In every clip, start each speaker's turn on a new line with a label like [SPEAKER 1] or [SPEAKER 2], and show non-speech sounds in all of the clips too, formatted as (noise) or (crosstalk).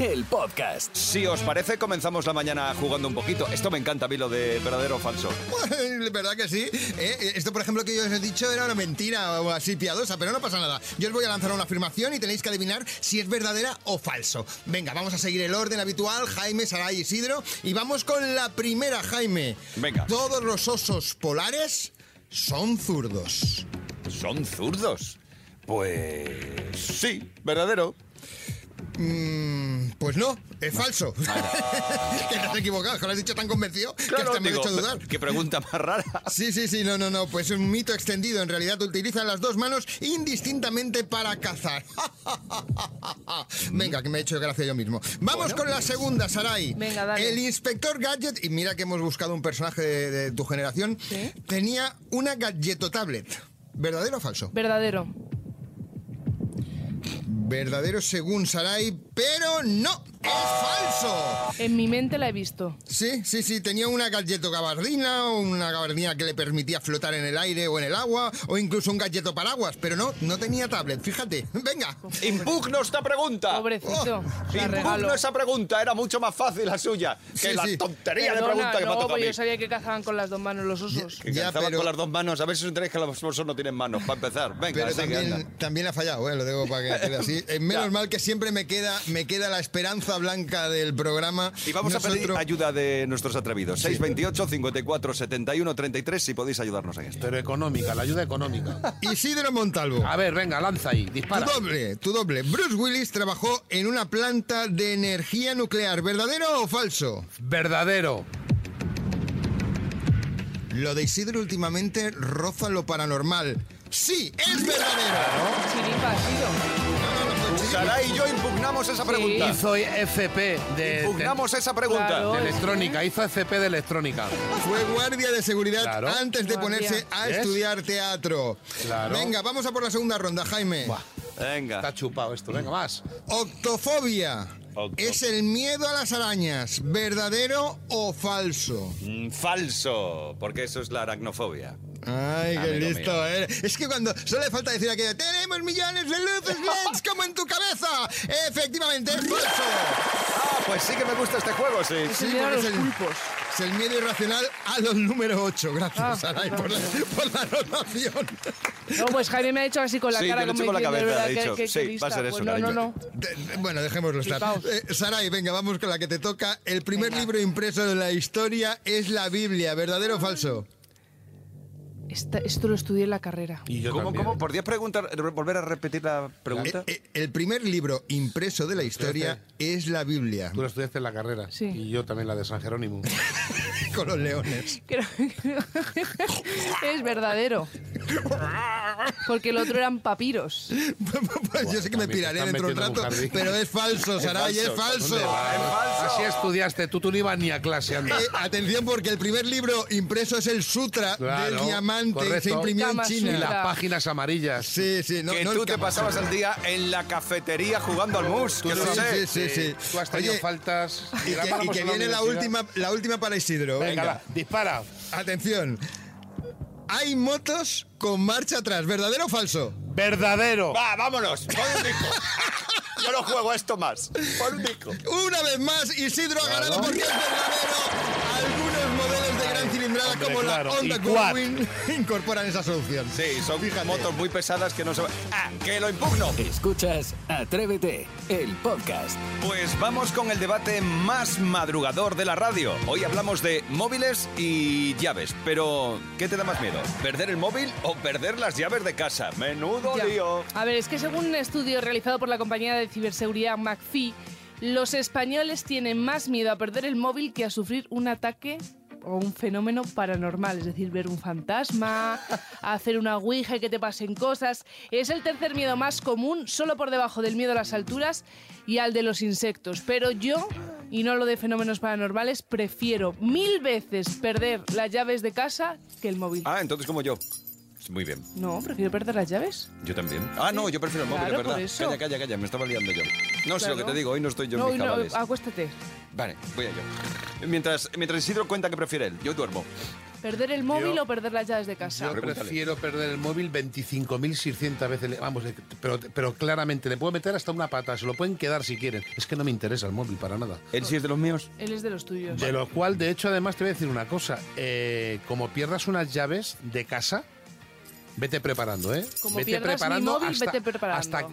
[SPEAKER 1] el podcast.
[SPEAKER 2] Si os parece, comenzamos la mañana jugando un poquito. Esto me encanta a mí, lo de verdadero o falso.
[SPEAKER 3] Pues, ¿Verdad que sí? Eh, Esto, por ejemplo, que yo os he dicho era una mentira o así piadosa, pero no pasa nada. Yo os voy a lanzar una afirmación y tenéis que adivinar si es verdadera o falso. Venga, vamos a seguir el orden habitual, Jaime, Saray, Isidro, y vamos con la primera, Jaime.
[SPEAKER 2] Venga.
[SPEAKER 3] Todos los osos polares son zurdos.
[SPEAKER 2] ¿Son zurdos? Pues sí, verdadero.
[SPEAKER 3] Mm, pues no, es falso. (laughs) que te has equivocado, que lo has dicho tan convencido que hasta me
[SPEAKER 2] Ah. digo,
[SPEAKER 3] has hecho dudar.
[SPEAKER 2] Qué pregunta más
[SPEAKER 3] (laughs)
[SPEAKER 2] rara.
[SPEAKER 3] Sí, sí, sí, no, no, no, pues un mito extendido. En realidad utilizan las dos manos indistintamente para cazar. (laughs) Venga, que me he hecho gracia yo mismo. Vamos con la segunda, Sarai.
[SPEAKER 4] Venga, dale.
[SPEAKER 3] El inspector Gadget, y mira que hemos buscado un personaje de, de tu generación,
[SPEAKER 4] Sí.
[SPEAKER 3] tenía una gadgeto tablet. ¿Verdadero o falso?
[SPEAKER 4] Verdadero.
[SPEAKER 3] Verdadero según Sarai, pero no, es falso.
[SPEAKER 4] En mi mente la he visto.
[SPEAKER 3] Sí, sí, sí, tenía una galleto gabardina, una gabardina que le permitía flotar en el aire o en el agua, o incluso un galleto paraguas, pero no, no tenía tablet, fíjate, (laughs) venga.
[SPEAKER 2] Impugno esta pregunta. Oh.
[SPEAKER 4] Pobrecito. la regalo.
[SPEAKER 2] Impugno esa pregunta. Era mucho más fácil la suya que
[SPEAKER 3] Sí,
[SPEAKER 2] la
[SPEAKER 3] sí.
[SPEAKER 2] tontería de
[SPEAKER 4] Perdona,
[SPEAKER 2] pregunta que me ha
[SPEAKER 4] no,
[SPEAKER 2] tocado a
[SPEAKER 4] pues
[SPEAKER 2] mí.
[SPEAKER 4] yo sabía que cazaban con las dos manos los osos.
[SPEAKER 2] Que
[SPEAKER 3] Ya,
[SPEAKER 2] calzaban
[SPEAKER 3] pero-
[SPEAKER 2] con las dos manos. A ver si os enteráis que los bolsos no tienen manos, para empezar. Venga,
[SPEAKER 3] Pero
[SPEAKER 2] así que anda.
[SPEAKER 3] también, también ha fallado, ¿eh? lo digo para que quede
[SPEAKER 2] (laughs)
[SPEAKER 3] así. Eh, menos
[SPEAKER 2] Ya.
[SPEAKER 3] mal que siempre me queda, me queda la esperanza blanca del programa.
[SPEAKER 2] Y vamos a pedir
[SPEAKER 3] Nosotros-
[SPEAKER 2] ayuda de nuestros atrevidos. 628 54 71 33 si podéis ayudarnos en esto.
[SPEAKER 5] Pero económica, la ayuda económica.
[SPEAKER 3] (laughs) Isidro Montalvo.
[SPEAKER 2] Ah,
[SPEAKER 5] A ver, venga, lanza ahí,
[SPEAKER 3] Tu
[SPEAKER 5] dispara.
[SPEAKER 3] doble, tu doble. Bruce Willis trabajó en una planta de energía nuclear, ¿verdadero o falso?
[SPEAKER 5] Verdadero.
[SPEAKER 3] Lo de Isidro últimamente roza lo paranormal. Sí, es verdadero.
[SPEAKER 4] Chiripa ha sido.
[SPEAKER 2] Sara y yo impugnamos esa pregunta.
[SPEAKER 5] Hizo FP
[SPEAKER 3] eh,
[SPEAKER 5] de,
[SPEAKER 2] Impugnamos esa pregunta.
[SPEAKER 5] de-
[SPEAKER 4] Claro.
[SPEAKER 5] de electrónica, hizo FP de electrónica.
[SPEAKER 3] Fue guardia de seguridad
[SPEAKER 5] Claro.
[SPEAKER 3] antes de
[SPEAKER 4] Guardia.
[SPEAKER 3] ponerse a
[SPEAKER 5] ¿Ves?
[SPEAKER 3] estudiar teatro.
[SPEAKER 5] Claro.
[SPEAKER 3] Venga, vamos a por la segunda ronda, Jaime.
[SPEAKER 5] Buah,
[SPEAKER 2] Venga.
[SPEAKER 5] está chupado esto, venga, más.
[SPEAKER 3] Octofobia.
[SPEAKER 2] Octo-
[SPEAKER 3] Es el miedo a las arañas, ¿verdadero o falso?
[SPEAKER 2] Mm, Falso, porque eso es la aracnofobia.
[SPEAKER 3] Ay, qué
[SPEAKER 2] Amigo
[SPEAKER 3] listo, ¿eh? Es que cuando solo le falta decir aquello, tenemos millones de
[SPEAKER 5] (laughs)
[SPEAKER 3] luces LEDs como en tu cabeza. Efectivamente, es falso.
[SPEAKER 2] Ah, pues sí que me gusta este juego, sí.
[SPEAKER 4] Se me dan
[SPEAKER 3] porque es
[SPEAKER 4] los
[SPEAKER 3] el-
[SPEAKER 4] pulpos.
[SPEAKER 3] Es el miedo irracional a los número 8. Gracias,
[SPEAKER 4] Ah,
[SPEAKER 3] Saray, por la, por la rotación.
[SPEAKER 4] No, pues Jaime me ha hecho así con la
[SPEAKER 2] Sí,
[SPEAKER 4] cara
[SPEAKER 2] yo le
[SPEAKER 4] como
[SPEAKER 2] echo con la cabeza,
[SPEAKER 4] diciendo, ¿verdad?
[SPEAKER 2] le he
[SPEAKER 4] que-
[SPEAKER 2] dicho,
[SPEAKER 4] que- que
[SPEAKER 2] sí, va a
[SPEAKER 4] lista.
[SPEAKER 2] ser eso,
[SPEAKER 4] Pues no, no, no.
[SPEAKER 3] De- de- bueno, dejémoslo estar.
[SPEAKER 4] Flipaos.
[SPEAKER 3] Eh, Saray, venga, vamos con la que te toca. El primer libro impreso de la historia es la Biblia. ¿Verdadero o falso?
[SPEAKER 4] Esta- esto lo estudié en la carrera.
[SPEAKER 5] Y yo
[SPEAKER 2] ¿Cómo,
[SPEAKER 5] también.
[SPEAKER 2] cómo? ¿Podrías preguntar, volver a repetir la pregunta?
[SPEAKER 3] Eh, eh, el primer libro impreso de la historia es la Biblia.
[SPEAKER 5] Tú lo estudiaste en la carrera.
[SPEAKER 4] Sí.
[SPEAKER 5] Y yo también la de San Jerónimo.
[SPEAKER 3] (laughs) Con los
[SPEAKER 5] (laughs)
[SPEAKER 3] leones. (laughs)
[SPEAKER 4] Creo- creo- (laughs)
[SPEAKER 2] (laughs)
[SPEAKER 4] es verdadero. Porque el otro eran papiros.
[SPEAKER 3] Pues yo sé que me
[SPEAKER 5] también te
[SPEAKER 3] piraré
[SPEAKER 5] están
[SPEAKER 3] dentro de un
[SPEAKER 5] metiendo
[SPEAKER 3] rato,
[SPEAKER 5] en un jardín.
[SPEAKER 3] pero es
[SPEAKER 5] (laughs)
[SPEAKER 3] falso, Saray, es Ah, falso.
[SPEAKER 5] ¿Dónde vas?
[SPEAKER 2] falso.
[SPEAKER 5] Ah, Así estudiaste, tú, tú no ibas ni a clase, anda.
[SPEAKER 3] Eh, atención, porque el primer libro impreso es el Sutra del
[SPEAKER 5] Claro,
[SPEAKER 3] Diamante y se
[SPEAKER 5] correcto.
[SPEAKER 3] imprimió en
[SPEAKER 4] Kama
[SPEAKER 3] China.
[SPEAKER 5] y las
[SPEAKER 4] mira.
[SPEAKER 5] páginas amarillas.
[SPEAKER 3] Sí, sí, no,
[SPEAKER 2] que
[SPEAKER 3] no el
[SPEAKER 2] tú te
[SPEAKER 3] Kama.
[SPEAKER 2] pasabas el día en la cafetería jugando al mus, que
[SPEAKER 3] sí,
[SPEAKER 2] lo sé.
[SPEAKER 3] sí, sí, sí.
[SPEAKER 5] Tú has tenido
[SPEAKER 3] Oye,
[SPEAKER 5] faltas.
[SPEAKER 3] Y que, y
[SPEAKER 5] Grabamos
[SPEAKER 3] que
[SPEAKER 5] en
[SPEAKER 3] viene la
[SPEAKER 5] universidad.
[SPEAKER 3] última, la última para Isidro.
[SPEAKER 5] Venga,
[SPEAKER 3] Venga,
[SPEAKER 5] la- dispara.
[SPEAKER 3] atención. Hay motos con marcha atrás, ¿verdadero o falso?
[SPEAKER 5] Verdadero.
[SPEAKER 2] Va, vámonos, pon un disco. Yo no juego esto más. Pon un disco.
[SPEAKER 3] Una vez más, Isidro ha ganado porque es verdadero. Algunos modelos de gran cilindrada
[SPEAKER 5] Hombre,
[SPEAKER 3] como
[SPEAKER 5] claro,
[SPEAKER 3] la
[SPEAKER 5] y
[SPEAKER 3] Honda
[SPEAKER 5] Quad.
[SPEAKER 3] Goodwin (laughs) incorporan esa solución.
[SPEAKER 2] Sí, son motos muy pesadas que no se... va- ¡Ah, que lo impugno!
[SPEAKER 1] Escuchas Atrévete, el podcast.
[SPEAKER 2] Pues vamos con el debate más madrugador de la radio. Hoy hablamos de móviles y llaves, pero ¿qué te da más miedo? ¿Perder el móvil o perder las llaves de casa? Menudo
[SPEAKER 4] Ya.
[SPEAKER 2] lío.
[SPEAKER 4] A ver, es que según un estudio realizado por la compañía de ciberseguridad McPhee, los españoles tienen más miedo a perder el móvil que a sufrir un ataque o un fenómeno paranormal, es decir, ver un fantasma, hacer una ouija y que te pasen cosas. Es el tercer miedo más común, solo por debajo del miedo a las alturas y al de los insectos. Pero yo y no lo de fenómenos paranormales, prefiero mil veces perder las llaves de casa que el móvil.
[SPEAKER 2] Ah, entonces como yo. Muy bien.
[SPEAKER 4] No, prefiero perder las llaves.
[SPEAKER 2] Yo también. Ah, no, yo prefiero el móvil,
[SPEAKER 4] Claro,
[SPEAKER 2] es
[SPEAKER 4] por
[SPEAKER 2] ¿verdad?
[SPEAKER 4] eso.
[SPEAKER 2] Calla, calla, calla, me estaba liando yo. No sé lo que
[SPEAKER 4] Claro.
[SPEAKER 2] te digo, hoy no estoy yo
[SPEAKER 4] no,
[SPEAKER 2] en mis
[SPEAKER 4] y no, ah.
[SPEAKER 2] cabales.
[SPEAKER 4] acuéstate.
[SPEAKER 2] Vale, voy a yo. Mientras, mientras Isidro cuenta que prefiere él, yo duermo.
[SPEAKER 4] ¿Perder el móvil o perder las llaves de casa?
[SPEAKER 5] Yo
[SPEAKER 2] Pregúntale.
[SPEAKER 5] prefiero perder el móvil 25.600 veces. le- Vamos, eh, pero, pero claramente le puedo meter hasta una pata, se lo pueden quedar si quieren. Es que no me interesa el móvil para nada.
[SPEAKER 2] ¿Él sí es de los míos?
[SPEAKER 4] Él es de los tuyos.
[SPEAKER 5] De lo cual, de hecho, además te voy a decir una cosa. eh, como pierdas unas llaves de casa, vete preparando, ¿eh?
[SPEAKER 4] Como
[SPEAKER 5] vete
[SPEAKER 4] pierdas mi móvil, vete preparando.
[SPEAKER 5] Hasta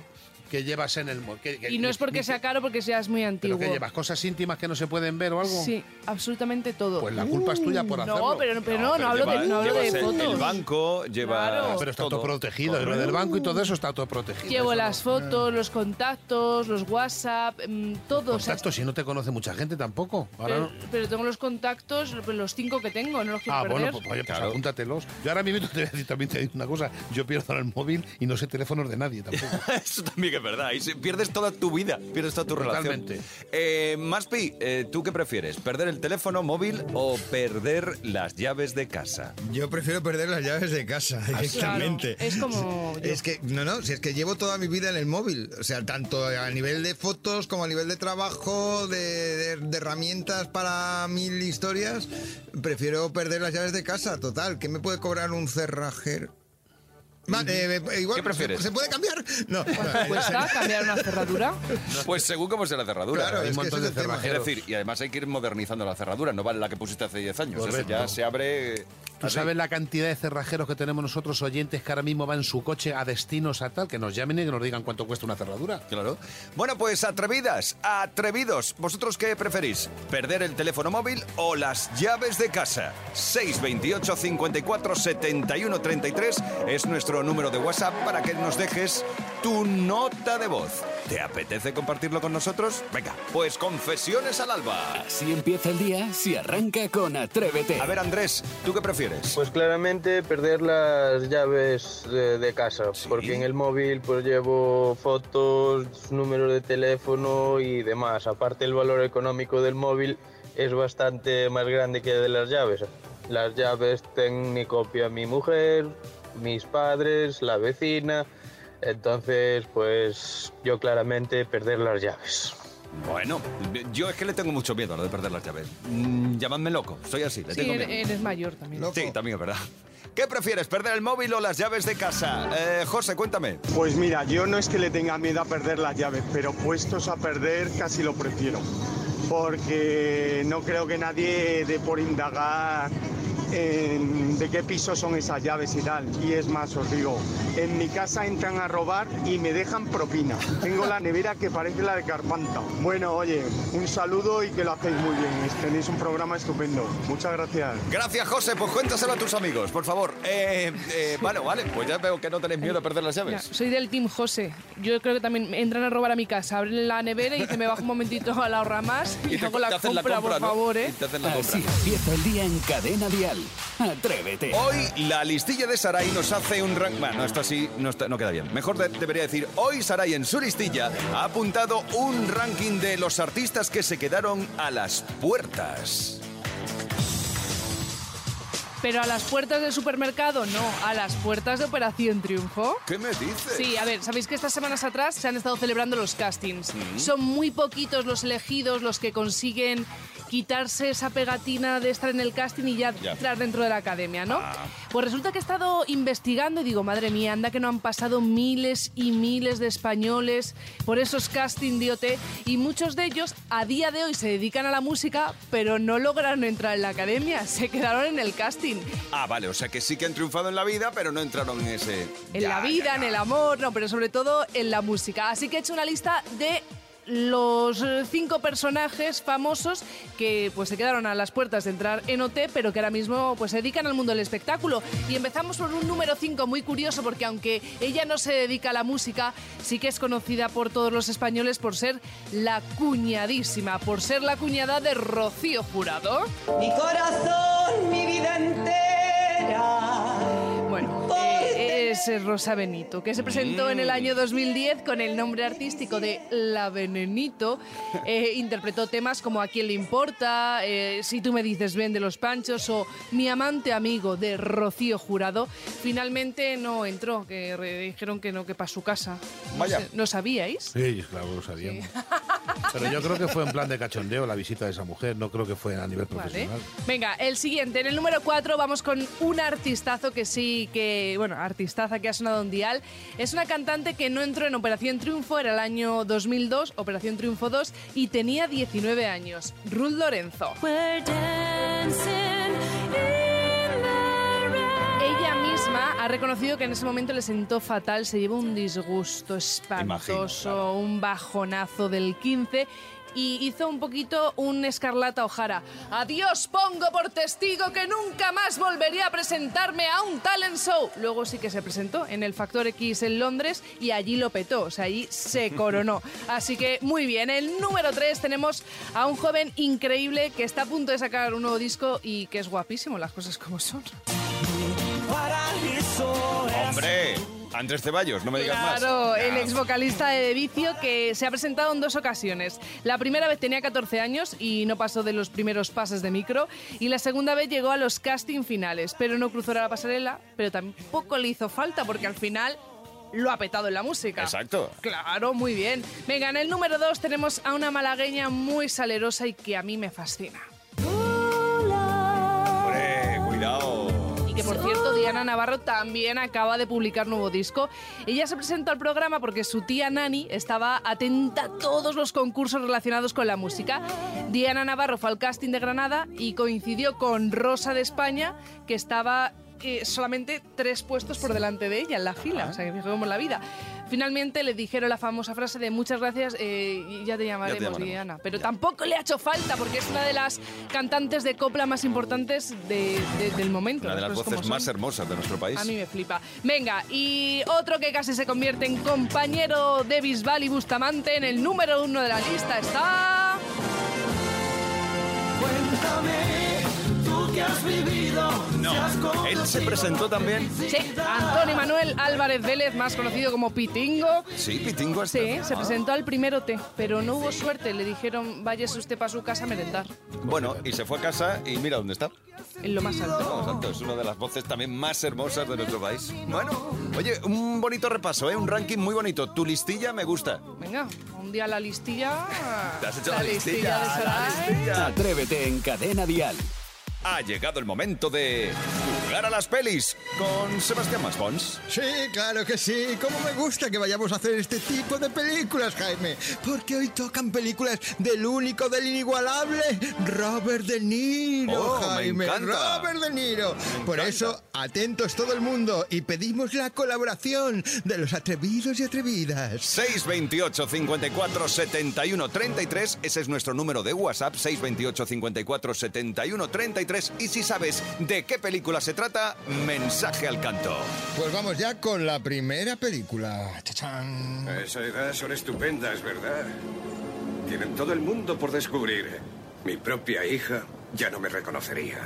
[SPEAKER 5] que llevas en el móvil. que- que-
[SPEAKER 4] Y no es porque
[SPEAKER 5] ni-
[SPEAKER 4] sea caro, porque seas muy
[SPEAKER 5] ¿Pero
[SPEAKER 4] antiguo.
[SPEAKER 5] que llevas? ¿Cosas íntimas que no se pueden ver o algo?
[SPEAKER 4] Sí, absolutamente todo.
[SPEAKER 5] Pues la culpa es tuya por hacerlo.
[SPEAKER 4] No, pero, pero no, no,
[SPEAKER 2] pero
[SPEAKER 4] hablo
[SPEAKER 2] lleva-
[SPEAKER 4] de, no hablo de
[SPEAKER 2] llevas el-
[SPEAKER 4] fotos.
[SPEAKER 2] El banco, lleva.
[SPEAKER 4] Claro.
[SPEAKER 5] Ah, Pero está todo, protegido. Lo del banco y todo eso está todo protegido.
[SPEAKER 4] Llevo
[SPEAKER 5] Eso
[SPEAKER 4] las fotos, los contactos, los WhatsApp, mm, todo.
[SPEAKER 5] no.
[SPEAKER 4] o sea,
[SPEAKER 5] Contacto, si no te conoce mucha gente tampoco. Ahora
[SPEAKER 4] pero,
[SPEAKER 5] no-
[SPEAKER 4] pero tengo los contactos, pues, los cinco que tengo, no los quiero
[SPEAKER 5] Ah, bueno,
[SPEAKER 4] perder.
[SPEAKER 5] pues, oye, pues
[SPEAKER 2] Claro.
[SPEAKER 5] apúntatelos. Yo ahora mismo te voy a decir también te digo una cosa. Yo pierdo el móvil y no sé teléfonos de nadie tampoco.
[SPEAKER 2] (laughs) Eso también es verdad. Y si- pierdes toda tu vida, pierdes toda tu
[SPEAKER 5] Totalmente.
[SPEAKER 2] relación. Eh, Maspi, eh, ¿tú qué prefieres? ¿Perder el teléfono móvil o perder las llaves de casa?
[SPEAKER 3] Yo prefiero perder las llaves de casa
[SPEAKER 5] Ah,
[SPEAKER 3] directamente.
[SPEAKER 4] Claro, es
[SPEAKER 5] (laughs)
[SPEAKER 4] como yo.
[SPEAKER 3] Es que, no, no, si es que llevo toda mi vida en el móvil. O sea, tanto a nivel de fotos como a nivel de trabajo, de, de- de herramientas para mil historias, prefiero perder las llaves de casa, total. ¿Qué me puede cobrar un cerrajero? Va, eh, eh, igual,
[SPEAKER 2] ¿Qué prefieres?
[SPEAKER 3] ¿Se, se puede cambiar?
[SPEAKER 2] (laughs)
[SPEAKER 3] No.
[SPEAKER 4] ¿Cuánto cuesta cambiar una
[SPEAKER 5] (laughs)
[SPEAKER 4] cerradura?
[SPEAKER 2] Pues según cómo sea la cerradura.
[SPEAKER 3] Claro,
[SPEAKER 5] Hay
[SPEAKER 3] es
[SPEAKER 5] un
[SPEAKER 3] que
[SPEAKER 5] montón
[SPEAKER 3] ese
[SPEAKER 5] de
[SPEAKER 3] es el tema.
[SPEAKER 2] Es
[SPEAKER 5] cerrajeros.
[SPEAKER 2] decir, y además hay que ir modernizando la cerradura, no vale la que pusiste hace 10 años. Eso
[SPEAKER 5] Correcto.
[SPEAKER 2] ya se abre.
[SPEAKER 5] Tú
[SPEAKER 2] así.
[SPEAKER 5] sabes la cantidad de cerrajeros que tenemos nosotros oyentes que ahora mismo van en su coche a destinos a tal, que nos llamen y que nos digan cuánto cuesta una cerradura.
[SPEAKER 2] Claro. Bueno, pues atrevidas, atrevidos. ¿Vosotros qué preferís? ¿Perder el teléfono móvil o las llaves de casa? 628 54 71 33 es nuestro número de WhatsApp para que nos dejes tu nota de voz. ¿Te apetece compartirlo con nosotros? Venga, pues confesiones al alba.
[SPEAKER 1] Así empieza el día si arranca con Atrévete.
[SPEAKER 2] A ver, Andrés, ¿tú qué prefieres?
[SPEAKER 6] Pues claramente perder las llaves de, de casa, porque en el móvil pues llevo fotos, número de teléfono y demás. Aparte el valor económico del móvil es bastante más grande que de las llaves. Las llaves ten mi copia mi mujer, mis padres, la vecina. Entonces, pues yo claramente perder las llaves.
[SPEAKER 2] Bueno, yo es que le tengo mucho miedo a lo de perder las llaves. Mm, llamadme loco, soy así, le
[SPEAKER 4] Sí,
[SPEAKER 2] tengo
[SPEAKER 4] eres,
[SPEAKER 2] miedo.
[SPEAKER 4] eres mayor también.
[SPEAKER 3] Loco.
[SPEAKER 2] Sí, también es verdad. ¿Qué prefieres, perder el móvil o las llaves de casa? Eh, José, cuéntame.
[SPEAKER 7] Pues mira, yo no es que le tenga miedo a perder las llaves, pero puestos a perder casi lo prefiero. Porque no creo que nadie dé por indagar en de qué piso son esas llaves y tal. Y es más, os digo, en mi casa entran a robar y me dejan propina. Tengo la nevera que parece la de Carpanta. Bueno, oye, un saludo y que lo hacéis muy bien. Tenéis un programa estupendo. Muchas gracias.
[SPEAKER 2] Gracias, José. Pues cuéntaselo a tus amigos, por favor. Eh, eh, bueno, vale, pues ya veo que no tenéis miedo a perder las
[SPEAKER 4] Mira,
[SPEAKER 2] llaves.
[SPEAKER 4] soy del Team José. Yo creo que también entran a robar a mi casa, abren la nevera y dicen me bajo un momentito a la
[SPEAKER 2] (laughs)
[SPEAKER 4] ahorra más y, hago la
[SPEAKER 2] hacen
[SPEAKER 4] compra, por
[SPEAKER 2] ¿no?
[SPEAKER 4] favor,
[SPEAKER 2] Y
[SPEAKER 4] ¿eh?
[SPEAKER 2] te hacen la compra. Oh,
[SPEAKER 1] Así empieza el día en Cadena Dial. Atrévete.
[SPEAKER 2] Hoy la listilla de Sarai nos hace un rank. Bueno, esto así no, está- no queda bien. Mejor de- debería decir, hoy Sarai en su listilla ha apuntado un ranking de los artistas que se quedaron a las puertas.
[SPEAKER 4] Pero a las puertas del supermercado, no, a las puertas de Operación Triunfo.
[SPEAKER 2] ¿Qué me dices?
[SPEAKER 4] Sí, a ver, sabéis que estas semanas atrás se han estado celebrando los castings. Son muy poquitos los elegidos los que consiguen quitarse esa pegatina de estar en el casting y ya,
[SPEAKER 2] Ya.
[SPEAKER 4] entrar dentro de la academia, ¿no? Pues resulta que he estado investigando y digo, madre mía, anda que no han pasado miles y miles de españoles por esos casting de OT y muchos de ellos a día de hoy se dedican a la música, pero no lograron entrar en la academia, se quedaron en el casting.
[SPEAKER 2] Ah, vale, o sea que sí que han triunfado en la vida, pero no entraron en ese.
[SPEAKER 4] En
[SPEAKER 2] Ya,
[SPEAKER 4] la
[SPEAKER 2] ya,
[SPEAKER 4] vida,
[SPEAKER 2] ya.
[SPEAKER 4] en el amor, no, pero sobre todo en la música. Así que he hecho una lista de los eh, cinco personajes famosos que pues se quedaron a las puertas de entrar en OT, pero que ahora mismo pues se dedican al mundo del espectáculo. Y empezamos por un número 5 muy curioso porque aunque ella no se dedica a la música, sí que es conocida por todos los españoles por ser la cuñadísima, por ser la cuñada de Rocío Jurado.
[SPEAKER 8] Mi corazón, mi vida entera.
[SPEAKER 4] Bueno,
[SPEAKER 8] Por
[SPEAKER 4] eh, es es Rosa Benito, que se presentó en el año 2010 con el nombre artístico de La Venenito. Eh, interpretó temas como A quién le importa, eh, Si tú me dices ven de los Panchos o Mi amante amigo de Rocío Jurado. Finalmente no entró, que re- dijeron que no, que para su casa. No
[SPEAKER 2] Vaya.
[SPEAKER 4] sé, ¿No sabíais?
[SPEAKER 5] Sí, claro, lo sabíamos. (laughs) Pero yo creo que fue en plan de cachondeo la visita de esa mujer, no creo que fue a nivel
[SPEAKER 4] Vale.
[SPEAKER 5] profesional.
[SPEAKER 4] Venga, el siguiente. En el número 4 vamos con un artistazo que sí que. Bueno, artistaza que ha sonado en Dial. Es una cantante que no entró en Operación Triunfo, era el año 2002, Operación Triunfo 2, y tenía 19 años. Ruth Lorenzo.
[SPEAKER 8] We're dancing in the rain.
[SPEAKER 4] Ella misma ha reconocido que en ese momento le sentó fatal, se llevó un disgusto espantoso,
[SPEAKER 2] Imagino, claro.
[SPEAKER 4] un bajonazo del 15 y hizo un poquito un escarlata O'Hara. Adiós, pongo por testigo que nunca más volveré a presentarme a un talent show. Luego sí que se presentó en el Factor X en Londres y allí lo petó, o sea, allí
[SPEAKER 2] (laughs)
[SPEAKER 4] se coronó. Así que muy bien, el número 3 tenemos a un joven increíble que está a punto de sacar un nuevo disco y que es guapísimo, las cosas como son.
[SPEAKER 2] Hombre, Andrés Ceballos, no me digas más.
[SPEAKER 4] Claro,
[SPEAKER 2] Ya.
[SPEAKER 4] el ex vocalista de De Vicio que se ha presentado en dos ocasiones. La primera vez tenía 14 años y no pasó de los primeros pases de micro. Y la segunda vez llegó a los casting finales, pero no cruzó la pasarela, pero tampoco le hizo falta porque al final lo ha petado en la música.
[SPEAKER 2] Exacto.
[SPEAKER 4] Claro, muy bien. Venga, en el número dos tenemos a una malagueña muy salerosa y que a mí me fascina.
[SPEAKER 2] Hombre, Eh, cuidado.
[SPEAKER 4] Y que por cierto, Diana Navarro también acaba de publicar nuevo disco. Ella se presentó al programa porque su tía Nani estaba atenta a todos los concursos relacionados con la música. Diana Navarro fue al casting de Granada y coincidió con Rosa de España, que estaba eh, solamente tres puestos por delante de ella en la fila. O sea, que fijaos cómo es la vida. Finalmente le dijeron la famosa frase de muchas gracias, eh, y ya te llamaremos,
[SPEAKER 2] llamaremos".
[SPEAKER 4] Diana. Pero tampoco le ha hecho falta porque es una de las cantantes de copla más importantes de- de- del momento.
[SPEAKER 2] Una de las
[SPEAKER 4] Pues como
[SPEAKER 2] voces
[SPEAKER 4] son.
[SPEAKER 2] más hermosas de nuestro país.
[SPEAKER 4] A mí me flipa. Venga, y otro que casi se convierte en compañero de Bisbal y Bustamante en el número uno de la lista está.
[SPEAKER 2] No, él se presentó también.
[SPEAKER 4] Sí, Antonio Manuel Álvarez Vélez, más conocido como Pitingo.
[SPEAKER 2] Sí, Pitingo hasta-
[SPEAKER 4] Sí, se
[SPEAKER 2] Ah.
[SPEAKER 4] presentó al primero T, pero no hubo suerte. Le dijeron, váyase usted para su casa a merendar.
[SPEAKER 2] Bueno, y se fue a casa y mira dónde está.
[SPEAKER 4] En lo más alto.
[SPEAKER 2] No, exacto, es una de las voces también más hermosas de nuestro país. Bueno, oye, un bonito repaso, ¿eh? un ranking muy bonito. Tu listilla me gusta.
[SPEAKER 4] Venga, un día la listilla.
[SPEAKER 2] ¿Te has hecho
[SPEAKER 4] la,
[SPEAKER 2] la listilla? Ah,
[SPEAKER 4] de
[SPEAKER 2] la
[SPEAKER 4] Sarai.
[SPEAKER 2] listilla.
[SPEAKER 1] Atrévete en Cadena Dial.
[SPEAKER 2] Ha llegado el momento de jugar a las pelis con Sebastián Maspons.
[SPEAKER 3] Sí, claro que sí. ¿Cómo me gusta que vayamos a hacer este tipo de películas, Jaime? Porque hoy tocan películas del único, del inigualable, Robert De Niro,
[SPEAKER 2] Oh, me
[SPEAKER 3] Jaime.
[SPEAKER 2] encanta.
[SPEAKER 3] Robert De Niro. Por
[SPEAKER 2] encanta.
[SPEAKER 3] eso, atentos todo el mundo y pedimos la colaboración de los atrevidos y atrevidas.
[SPEAKER 2] 628 54 71 33. Ese es nuestro número de WhatsApp. 628 54 71 33. Y si sabes de qué película se trata, mensaje al canto.
[SPEAKER 3] Pues vamos ya con la primera película. Chachán.
[SPEAKER 2] Eh.
[SPEAKER 9] A esa edad son estupendas, ¿verdad? Tienen todo el mundo por descubrir. Mi propia hija ya no me reconocería.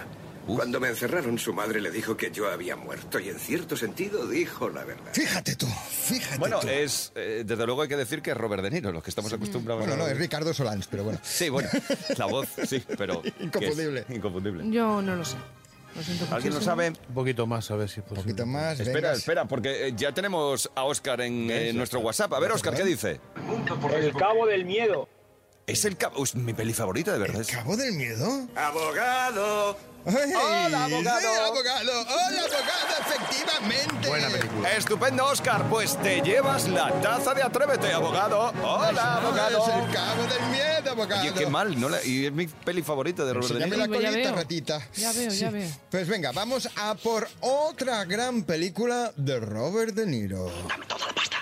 [SPEAKER 9] Cuando me encerraron, su madre le dijo que yo había muerto y en cierto sentido dijo la verdad.
[SPEAKER 3] Fíjate tú, fíjate
[SPEAKER 2] Bueno,
[SPEAKER 3] tú.
[SPEAKER 2] es. eh, desde luego hay que decir que es Robert De Niro, los que estamos acostumbrados
[SPEAKER 3] Bueno,
[SPEAKER 2] a
[SPEAKER 3] no, es Ricardo Solans, pero bueno.
[SPEAKER 2] eh, Sí,
[SPEAKER 3] (laughs)
[SPEAKER 2] bueno, la voz, sí, pero. que es
[SPEAKER 3] Inconfundible.
[SPEAKER 2] Inconfundible.
[SPEAKER 4] Yo no lo sé. Lo siento
[SPEAKER 2] ¿Alguien lo
[SPEAKER 4] muchísimo.
[SPEAKER 2] sabe?
[SPEAKER 5] Un poquito más, a ver si
[SPEAKER 3] Un
[SPEAKER 5] es posible.
[SPEAKER 3] poquito más.
[SPEAKER 2] Espera,
[SPEAKER 3] venga.
[SPEAKER 2] espera, porque eh, ya tenemos a Oscar en eh, nuestro WhatsApp. A ver, Oscar, ¿qué dice?
[SPEAKER 10] El cabo del miedo.
[SPEAKER 2] Es el cabo. Uy, mi peli favorita, de verdad. es-
[SPEAKER 3] ¿Cabo del miedo?
[SPEAKER 9] ¡Abogado!
[SPEAKER 3] ¡Ay!
[SPEAKER 2] Hola, abogado.
[SPEAKER 3] Sí, abogado. Hola, abogado, efectivamente.
[SPEAKER 5] Buena película.
[SPEAKER 2] Estupendo, Oscar. Pues te llevas la taza de Atrévete, abogado. Hola,
[SPEAKER 3] Abogado.
[SPEAKER 2] abogado.
[SPEAKER 3] Es el cabo del miedo, abogado.
[SPEAKER 2] Oye, qué mal. ¿eh? No la- Y es mi peli favorita de Robert
[SPEAKER 3] Se
[SPEAKER 2] De
[SPEAKER 3] llame
[SPEAKER 2] Niro.
[SPEAKER 3] la
[SPEAKER 4] Ya
[SPEAKER 3] colita,
[SPEAKER 4] veo.
[SPEAKER 3] ratita.
[SPEAKER 4] Ya veo, ya veo.
[SPEAKER 3] Pues venga, vamos a por otra gran película de Robert De Niro.
[SPEAKER 11] Dame toda la pasta.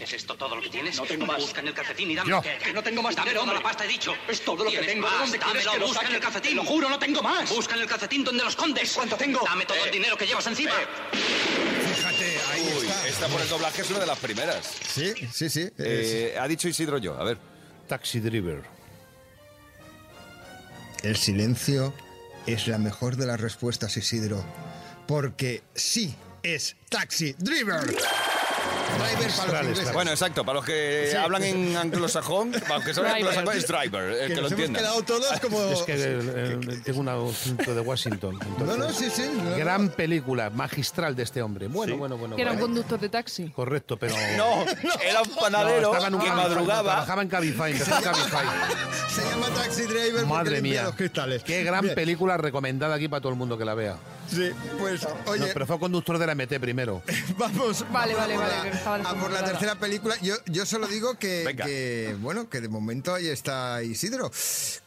[SPEAKER 11] ¿Es esto todo lo que tienes? No
[SPEAKER 10] tengo más.
[SPEAKER 11] Busca en el calcetín y dame
[SPEAKER 5] Yo.
[SPEAKER 11] aquella.
[SPEAKER 10] Que no tengo más
[SPEAKER 11] Dame
[SPEAKER 10] dinero,
[SPEAKER 11] toda la
[SPEAKER 10] hombre.
[SPEAKER 11] pasta, he dicho.
[SPEAKER 10] Es todo lo que
[SPEAKER 11] Tienes
[SPEAKER 10] tengo. ¿De
[SPEAKER 11] más?
[SPEAKER 10] dónde quieres
[SPEAKER 11] Dámelo,
[SPEAKER 10] que lo
[SPEAKER 11] busca en
[SPEAKER 10] saque?
[SPEAKER 11] el calcetín.
[SPEAKER 10] Te lo juro, no tengo más.
[SPEAKER 11] Busca en el calcetín donde lo escondes.
[SPEAKER 10] ¿Cuánto tengo?
[SPEAKER 11] Dame todo
[SPEAKER 10] Eh.
[SPEAKER 11] el dinero que llevas encima.
[SPEAKER 3] Fíjate, ahí
[SPEAKER 2] Uy,
[SPEAKER 3] está.
[SPEAKER 2] esta por el doblaje es una de las primeras.
[SPEAKER 3] Sí, sí, sí. es-
[SPEAKER 2] Eh, ha dicho Isidro yo. A ver.
[SPEAKER 5] Taxi Driver.
[SPEAKER 3] El silencio es la mejor de las respuestas, Isidro. Porque sí es Taxi Driver. Driver para los ingleses.
[SPEAKER 2] Bueno, exacto, para los que
[SPEAKER 3] Sí.
[SPEAKER 2] hablan en anglosajón, para que son
[SPEAKER 3] Driver.
[SPEAKER 2] anglosajón es driver, el que, lo
[SPEAKER 3] nos hemos
[SPEAKER 2] entienda. (laughs)
[SPEAKER 3] quedado todos como...
[SPEAKER 5] Es que eh, eh, tengo un asunto de (laughs) Washington. entonces-
[SPEAKER 3] No, no, sí, sí, no, no.
[SPEAKER 5] gran película, magistral de este hombre. Bueno,
[SPEAKER 3] Sí.
[SPEAKER 5] bueno, bueno.
[SPEAKER 4] que era un
[SPEAKER 5] bueno.
[SPEAKER 4] conductor de taxi.
[SPEAKER 5] Correcto, pero.
[SPEAKER 2] No, era un
[SPEAKER 5] No,
[SPEAKER 2] panadero
[SPEAKER 5] estaba en un
[SPEAKER 2] que
[SPEAKER 5] Cabify, no,
[SPEAKER 2] madrugaba.
[SPEAKER 5] Trabajaba en Cabify, empezó
[SPEAKER 2] (laughs)
[SPEAKER 5] en Cabify.
[SPEAKER 3] Se llama Taxi Driver porque
[SPEAKER 5] Madre
[SPEAKER 3] limpia
[SPEAKER 5] mía.
[SPEAKER 3] los cristales.
[SPEAKER 2] (laughs)
[SPEAKER 5] Qué gran
[SPEAKER 3] Bien.
[SPEAKER 5] película recomendada aquí para todo el mundo que la vea.
[SPEAKER 3] Sí, pues, oye...
[SPEAKER 5] No, pero fue conductor de la MT
[SPEAKER 2] (laughs)
[SPEAKER 5] primero.
[SPEAKER 3] (laughs) Vamos,
[SPEAKER 4] Vale,
[SPEAKER 3] vamos
[SPEAKER 4] vale,
[SPEAKER 3] a por
[SPEAKER 4] vale,
[SPEAKER 3] la-
[SPEAKER 4] que
[SPEAKER 2] Ah,
[SPEAKER 4] estaba
[SPEAKER 3] a por la
[SPEAKER 4] descontrolada.
[SPEAKER 3] tercera película. Yo, yo solo digo que,
[SPEAKER 2] Venga.
[SPEAKER 3] que, bueno, que de momento ahí está Isidro,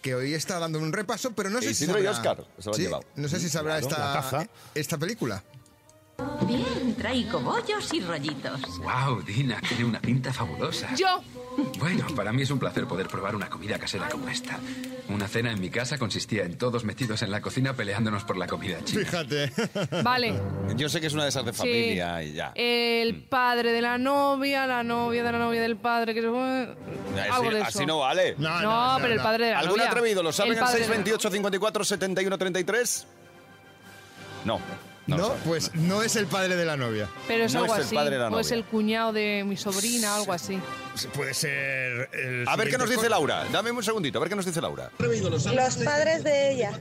[SPEAKER 3] que hoy está dando un repaso, pero no sé
[SPEAKER 2] Isidro
[SPEAKER 3] si
[SPEAKER 2] y
[SPEAKER 3] sabrá,
[SPEAKER 2] Óscar, se lo han
[SPEAKER 3] Sí,
[SPEAKER 2] llevado.
[SPEAKER 3] No sé si sabrá
[SPEAKER 5] Claro, la
[SPEAKER 3] esta,
[SPEAKER 5] caza.
[SPEAKER 3] esta película.
[SPEAKER 12] Bien, traigo bollos y rollitos.
[SPEAKER 13] ¡Wow, Dina! Tiene una pinta fabulosa.
[SPEAKER 4] Yo,
[SPEAKER 13] Bueno, para mí es un placer poder probar una comida casera como esta. Una cena en mi casa consistía en todos metidos en la cocina peleándonos por la comida china.
[SPEAKER 3] Fíjate.
[SPEAKER 2] (laughs)
[SPEAKER 4] vale.
[SPEAKER 2] Yo sé que es una de esas de
[SPEAKER 4] Sí. Eh,
[SPEAKER 2] familia y ya. Mm.
[SPEAKER 4] El padre de la novia, la novia de la novia del padre, que
[SPEAKER 2] Así-
[SPEAKER 4] algo de eso.
[SPEAKER 2] Así no vale.
[SPEAKER 4] No, no, pero el padre de la
[SPEAKER 2] ¿Algún
[SPEAKER 4] novia.
[SPEAKER 2] atrevido lo saben
[SPEAKER 4] El
[SPEAKER 2] al
[SPEAKER 4] padre de la-
[SPEAKER 2] 628 54 71 33? No.
[SPEAKER 3] No,
[SPEAKER 2] No, lo saben.
[SPEAKER 3] pues no es el padre de la novia.
[SPEAKER 4] Pero es
[SPEAKER 2] No
[SPEAKER 4] algo
[SPEAKER 2] es el
[SPEAKER 4] así.
[SPEAKER 2] padre de la
[SPEAKER 4] O es
[SPEAKER 2] novia.
[SPEAKER 4] el cuñado de mi sobrina, algo así.
[SPEAKER 3] Puede ser. el
[SPEAKER 2] A ver qué
[SPEAKER 3] siguiente
[SPEAKER 2] nos dice
[SPEAKER 3] con-
[SPEAKER 2] Laura. Dame un segundito, a ver qué nos dice Laura.
[SPEAKER 14] Los padres de ella.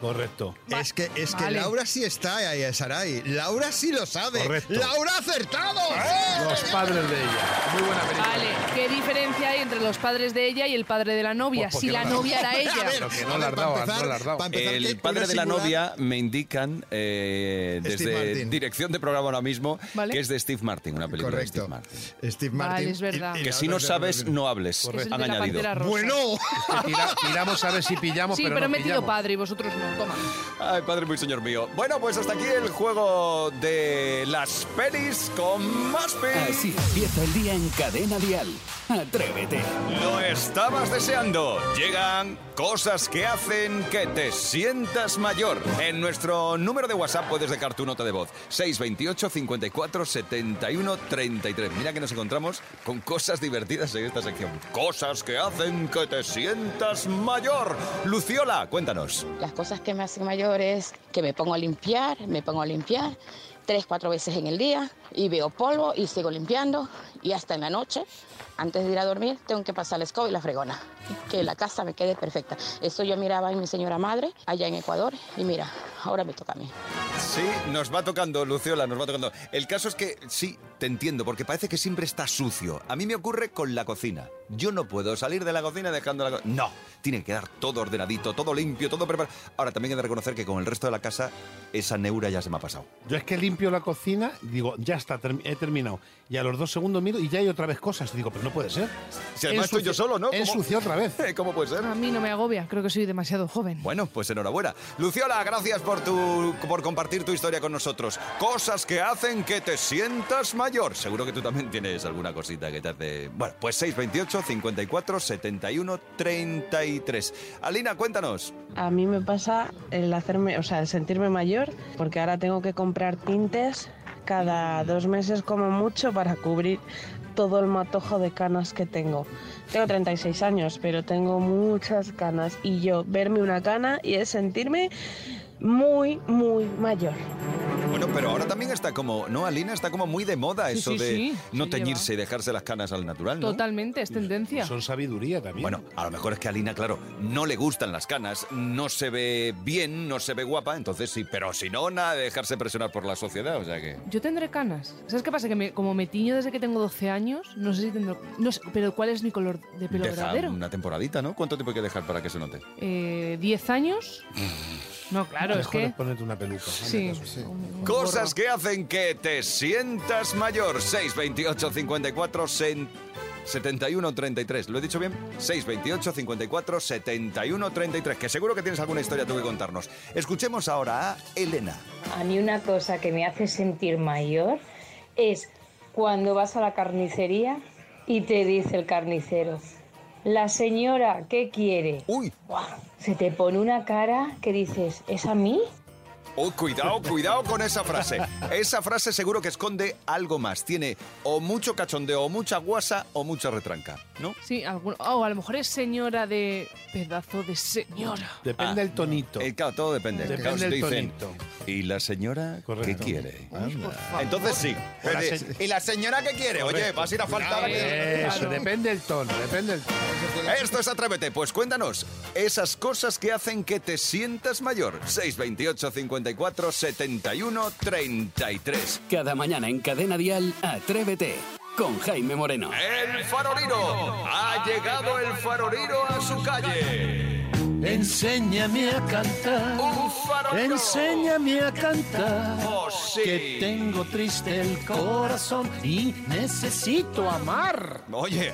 [SPEAKER 5] Correcto.
[SPEAKER 3] Es que, es que
[SPEAKER 4] Vale.
[SPEAKER 3] Laura sí está ahí, Saray. Laura sí lo sabe.
[SPEAKER 5] Correcto.
[SPEAKER 3] ¡Laura ha acertado! ¡Eh!
[SPEAKER 5] Los padres de ella. Muy buena película.
[SPEAKER 4] Vale, ¿qué diferencia hay entre los padres de ella y el padre de la novia?
[SPEAKER 5] Pues porque
[SPEAKER 4] si la
[SPEAKER 5] no la-
[SPEAKER 4] novia
[SPEAKER 2] (laughs)
[SPEAKER 4] era
[SPEAKER 3] A ver,
[SPEAKER 4] ella.
[SPEAKER 5] Que
[SPEAKER 3] a
[SPEAKER 5] no
[SPEAKER 3] ver,
[SPEAKER 5] la has
[SPEAKER 3] para
[SPEAKER 5] dado,
[SPEAKER 3] empezar-
[SPEAKER 5] no la has dado.
[SPEAKER 3] para empezar, que
[SPEAKER 2] El
[SPEAKER 3] una
[SPEAKER 2] padre de la
[SPEAKER 3] singular-
[SPEAKER 2] novia me indican eh,
[SPEAKER 3] Steve
[SPEAKER 2] desde
[SPEAKER 3] Martin.
[SPEAKER 2] dirección de programa ahora mismo
[SPEAKER 4] Vale.
[SPEAKER 2] que es de Steve Martin, una película de
[SPEAKER 3] Correcto.
[SPEAKER 2] Steve Martin.
[SPEAKER 3] Steve
[SPEAKER 4] Vale,
[SPEAKER 3] Martin.
[SPEAKER 4] es verdad.
[SPEAKER 3] Y- y
[SPEAKER 2] Que
[SPEAKER 3] la
[SPEAKER 2] si
[SPEAKER 3] otra
[SPEAKER 2] no
[SPEAKER 3] es de-
[SPEAKER 2] sabes, no hables.
[SPEAKER 4] Es el
[SPEAKER 2] Han
[SPEAKER 4] de la
[SPEAKER 2] añadido.
[SPEAKER 4] Pantera Rosa.
[SPEAKER 3] (laughs) Bueno.
[SPEAKER 5] Es que tira- tiramos a ver si pillamos,
[SPEAKER 4] sí,
[SPEAKER 5] pero,
[SPEAKER 4] pero,
[SPEAKER 5] no
[SPEAKER 4] he metido
[SPEAKER 5] pillamos.
[SPEAKER 4] padre y vosotros no. Toma.
[SPEAKER 2] Ay, padre muy señor mío. Bueno, pues hasta aquí el juego de las pelis con más pelis.
[SPEAKER 1] Así empieza el día en Cadena Dial. Atrévete.
[SPEAKER 2] Lo estabas deseando. Llegan cosas que hacen que te sientas mayor. En nuestro número de WhatsApp puedes dejar tu nota de voz. 628 54 71 33. Mira que nos encontramos con cosas divertidas en esta sección. Cosas que hacen que te sientas mayor. Luciola, cuéntanos.
[SPEAKER 15] Las cosas que me hacen mayor es que me pongo a limpiar, me pongo a limpiar tres, cuatro veces en el día y veo polvo y sigo limpiando y hasta en la noche, antes de ir a dormir, tengo que pasar la escoba y la fregona, que la casa me quede perfecta. Eso yo miraba en mi señora madre allá en Ecuador y mira, ahora me toca a mí.
[SPEAKER 2] Sí, nos va tocando, Luciola, nos va tocando. El caso es que sí, te entiendo, porque parece que siempre está sucio. A mí me ocurre con la cocina. Yo no puedo salir de la cocina dejando la cocina. No, tiene que quedar todo ordenadito, todo limpio, todo preparado. Ahora, también he de reconocer que con el resto de la casa, esa neura ya se me ha pasado.
[SPEAKER 5] Yo es que limpio la cocina, digo, ya está, term- he terminado. Y a los dos segundos miro y ya hay otra vez cosas. Digo, pero no puede ser.
[SPEAKER 2] Si además estoy yo
[SPEAKER 5] Ensucio-
[SPEAKER 2] solo, ¿no? ¿Cómo-
[SPEAKER 5] Ensució otra vez.
[SPEAKER 2] ¿Cómo (laughs) puede ser?
[SPEAKER 4] A mí no me agobia, creo que soy demasiado joven.
[SPEAKER 2] Bueno, pues enhorabuena. Luciola, gracias por, tu, por compartir tu historia con nosotros. Cosas que hacen que te sientas mayor. Seguro que tú también tienes alguna cosita que te hace... Bueno, pues 628 54 71 33. Alina, cuéntanos.
[SPEAKER 16] A mí me pasa el hacerme, o sea, el sentirme mayor, porque ahora tengo que comprar tintes cada dos meses como mucho para cubrir todo el matojo de canas que tengo. Tengo 36 años, pero tengo muchas canas y yo verme una cana y es sentirme muy, muy mayor.
[SPEAKER 2] Bueno, pero ahora también está como... No, Alina, está como muy de moda
[SPEAKER 4] Sí,
[SPEAKER 2] eso
[SPEAKER 4] sí,
[SPEAKER 2] de
[SPEAKER 4] sí,
[SPEAKER 2] no
[SPEAKER 4] se
[SPEAKER 2] teñirse y dejarse las canas al natural, ¿no?
[SPEAKER 4] Totalmente, es tendencia.
[SPEAKER 5] Son sabiduría también.
[SPEAKER 2] Bueno, a lo mejor es que a Alina, claro, no le gustan las canas, no se ve bien, no se ve guapa, entonces sí, pero si no, nada de dejarse presionar por la sociedad, o sea que...
[SPEAKER 4] Yo tendré canas. ¿Sabes qué pasa? Que me- como me tiño desde que tengo 12 años, no sé si tendré. No sé, pero ¿cuál es mi color de pelo
[SPEAKER 2] Deja
[SPEAKER 4] verdadero?
[SPEAKER 2] una temporadita, ¿no? ¿Cuánto tiempo hay que dejar para que se note?
[SPEAKER 4] Eh,
[SPEAKER 2] (laughs)
[SPEAKER 4] ¿10 años? No, claro, es
[SPEAKER 5] mejor
[SPEAKER 4] que.
[SPEAKER 5] es ponerte una peluca.
[SPEAKER 4] Sí.
[SPEAKER 2] Cosas que hacen que te sientas mayor. 628 54 sen- 71 33. ¿Lo he dicho bien? 628 54 71 33. Que seguro que tienes alguna historia tú que contarnos. Escuchemos ahora a Elena.
[SPEAKER 17] A mí una cosa que me hace sentir mayor es cuando vas a la carnicería y te dice el carnicero, la señora, ¿qué quiere?
[SPEAKER 2] Uy.
[SPEAKER 17] Se te pone una cara que dices, ¿es a mí?
[SPEAKER 2] Oh, cuidado, cuidado con esa frase. Esa frase seguro que esconde algo más. Tiene o mucho cachondeo, o mucha guasa, o mucha retranca, ¿no?
[SPEAKER 4] Sí, alguno. Oh, a lo mejor es señora de. Pedazo de señora.
[SPEAKER 5] Depende del tonito.
[SPEAKER 2] Eh, claro, todo depende.
[SPEAKER 5] Depende
[SPEAKER 2] Claro, si te
[SPEAKER 5] del
[SPEAKER 2] dicen,
[SPEAKER 5] tonito.
[SPEAKER 2] ¿Y la señora qué quiere?
[SPEAKER 18] Entonces sí.
[SPEAKER 2] O la
[SPEAKER 18] Oye,
[SPEAKER 2] se-
[SPEAKER 18] ¿Y la señora qué quiere? Oye,
[SPEAKER 2] Correcto.
[SPEAKER 18] vas a ir a faltar. a que-
[SPEAKER 2] Eso,
[SPEAKER 5] depende del tono, depende del
[SPEAKER 2] Esto es Atrévete. Pues cuéntanos esas cosas que hacen que te sientas mayor. 628 54 71 33.
[SPEAKER 1] Cada mañana en Cadena Dial, Atrévete con Jaime Moreno.
[SPEAKER 2] El farolino. Ha llegado el farolino a su calle.
[SPEAKER 19] Enséñame a cantar. Enséñame a cantar.
[SPEAKER 2] Oh,
[SPEAKER 19] Que tengo triste el corazón y necesito amar.
[SPEAKER 2] Oye,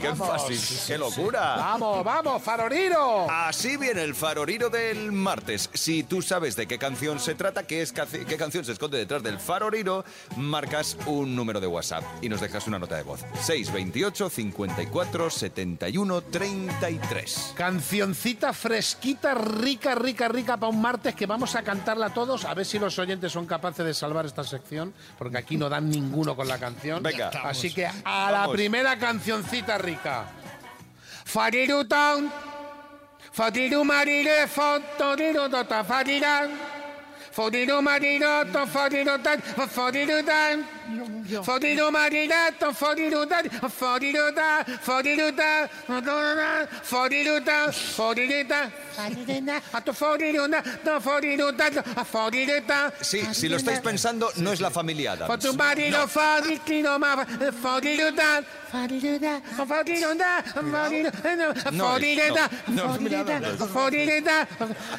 [SPEAKER 2] qué
[SPEAKER 19] Vamos.
[SPEAKER 2] fácil, qué locura.
[SPEAKER 5] Vamos, vamos, faroriro.
[SPEAKER 2] Así viene el faroriro del martes. Si tú sabes de qué canción se trata, qué, es, caci- qué canción se esconde detrás del faroriro, marcas un número de WhatsApp y nos dejas una nota de voz. 628 54 71 33.
[SPEAKER 5] Cancioncita fresquita, rica, rica, rica para un martes que vamos a cantarla todos. A ver si los oyentes son capaces de salvar esta sección, porque aquí no dan ninguno con la canción.
[SPEAKER 2] Venga.
[SPEAKER 5] Así que a la
[SPEAKER 2] Vamos.
[SPEAKER 5] primera cancioncita rica. Fariru town, fariru marire, fariru tota, farirán, fariru marirato, fariru tan, fariru tan, fariru marirato, fariru tan, fariru tan, fariru tan, fariru tan, fariru tan, fariru tan, a tu fariru tan, no fariru tan, a fariru tan.
[SPEAKER 2] Sí, si lo estáis pensando, no es la familia Adams.
[SPEAKER 5] Fot un marido, fot un quino, ma- fot un lugar, fot un lugar, fot un lugar, fot un lugar,
[SPEAKER 2] No,
[SPEAKER 5] fot un
[SPEAKER 2] es-
[SPEAKER 5] lugar,
[SPEAKER 2] no, no,
[SPEAKER 5] fot un
[SPEAKER 2] mira,
[SPEAKER 5] lugar,
[SPEAKER 2] no, no.
[SPEAKER 5] fot un lugar,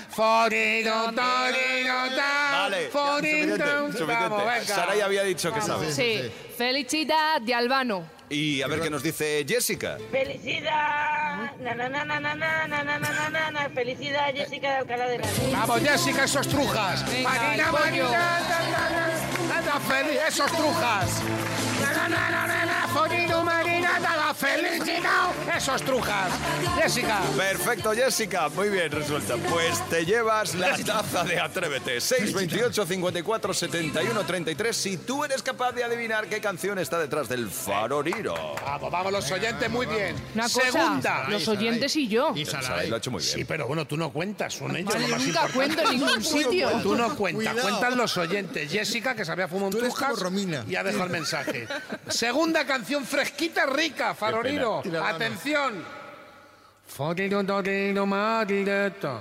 [SPEAKER 5] fot un lugar,
[SPEAKER 2] Vale, ya,
[SPEAKER 5] fot un
[SPEAKER 2] suficiente,
[SPEAKER 5] lugar. Vamos,
[SPEAKER 2] suficiente.
[SPEAKER 5] venga.
[SPEAKER 2] Saray había dicho que
[SPEAKER 4] Sí,
[SPEAKER 2] sabe.
[SPEAKER 4] felicidad de Albano.
[SPEAKER 2] Y a ver qué nos dice Jessica.
[SPEAKER 20] ¡Felicidad! Na, na, na, na, na, na, na, na, na, na, na. ¡Felicidad, Jessica de Alcalá de Henares!
[SPEAKER 5] Vamos, Jessica, esos trujas.
[SPEAKER 20] Venga,
[SPEAKER 5] Marina,
[SPEAKER 20] al coño.
[SPEAKER 5] Marina, da, da, da, da, feliz, esos trujas. Na, na, na, na, na, na, fot un lugar, Marina, da, da, felicidad, esos trujas. Jessica.
[SPEAKER 2] Perfecto, Jessica. Muy bien resuelta. Pues te llevas la taza de Atrévete. 628 54 71 33. Si tú eres capaz de adivinar qué canción está detrás del faroriro.
[SPEAKER 5] Vamos, vamos, los oyentes, muy bien.
[SPEAKER 4] Una cosa,
[SPEAKER 5] Segunda.
[SPEAKER 4] los oyentes y yo.
[SPEAKER 2] Saray lo ha hecho muy bien.
[SPEAKER 5] Sí, pero bueno, tú no cuentas, son ellos.
[SPEAKER 4] Vale,
[SPEAKER 5] lo más
[SPEAKER 4] nunca
[SPEAKER 5] importante.
[SPEAKER 4] cuento en ningún sitio.
[SPEAKER 5] Tú no cuentas,
[SPEAKER 4] Cuidado.
[SPEAKER 5] cuentan los oyentes. Jessica, que se había fumado un trujas y ha dejado el mensaje. Segunda canción fresquita, rica, Faroriro.
[SPEAKER 19] Qué pena.
[SPEAKER 5] Atención. Faroriro, toriro, marireto.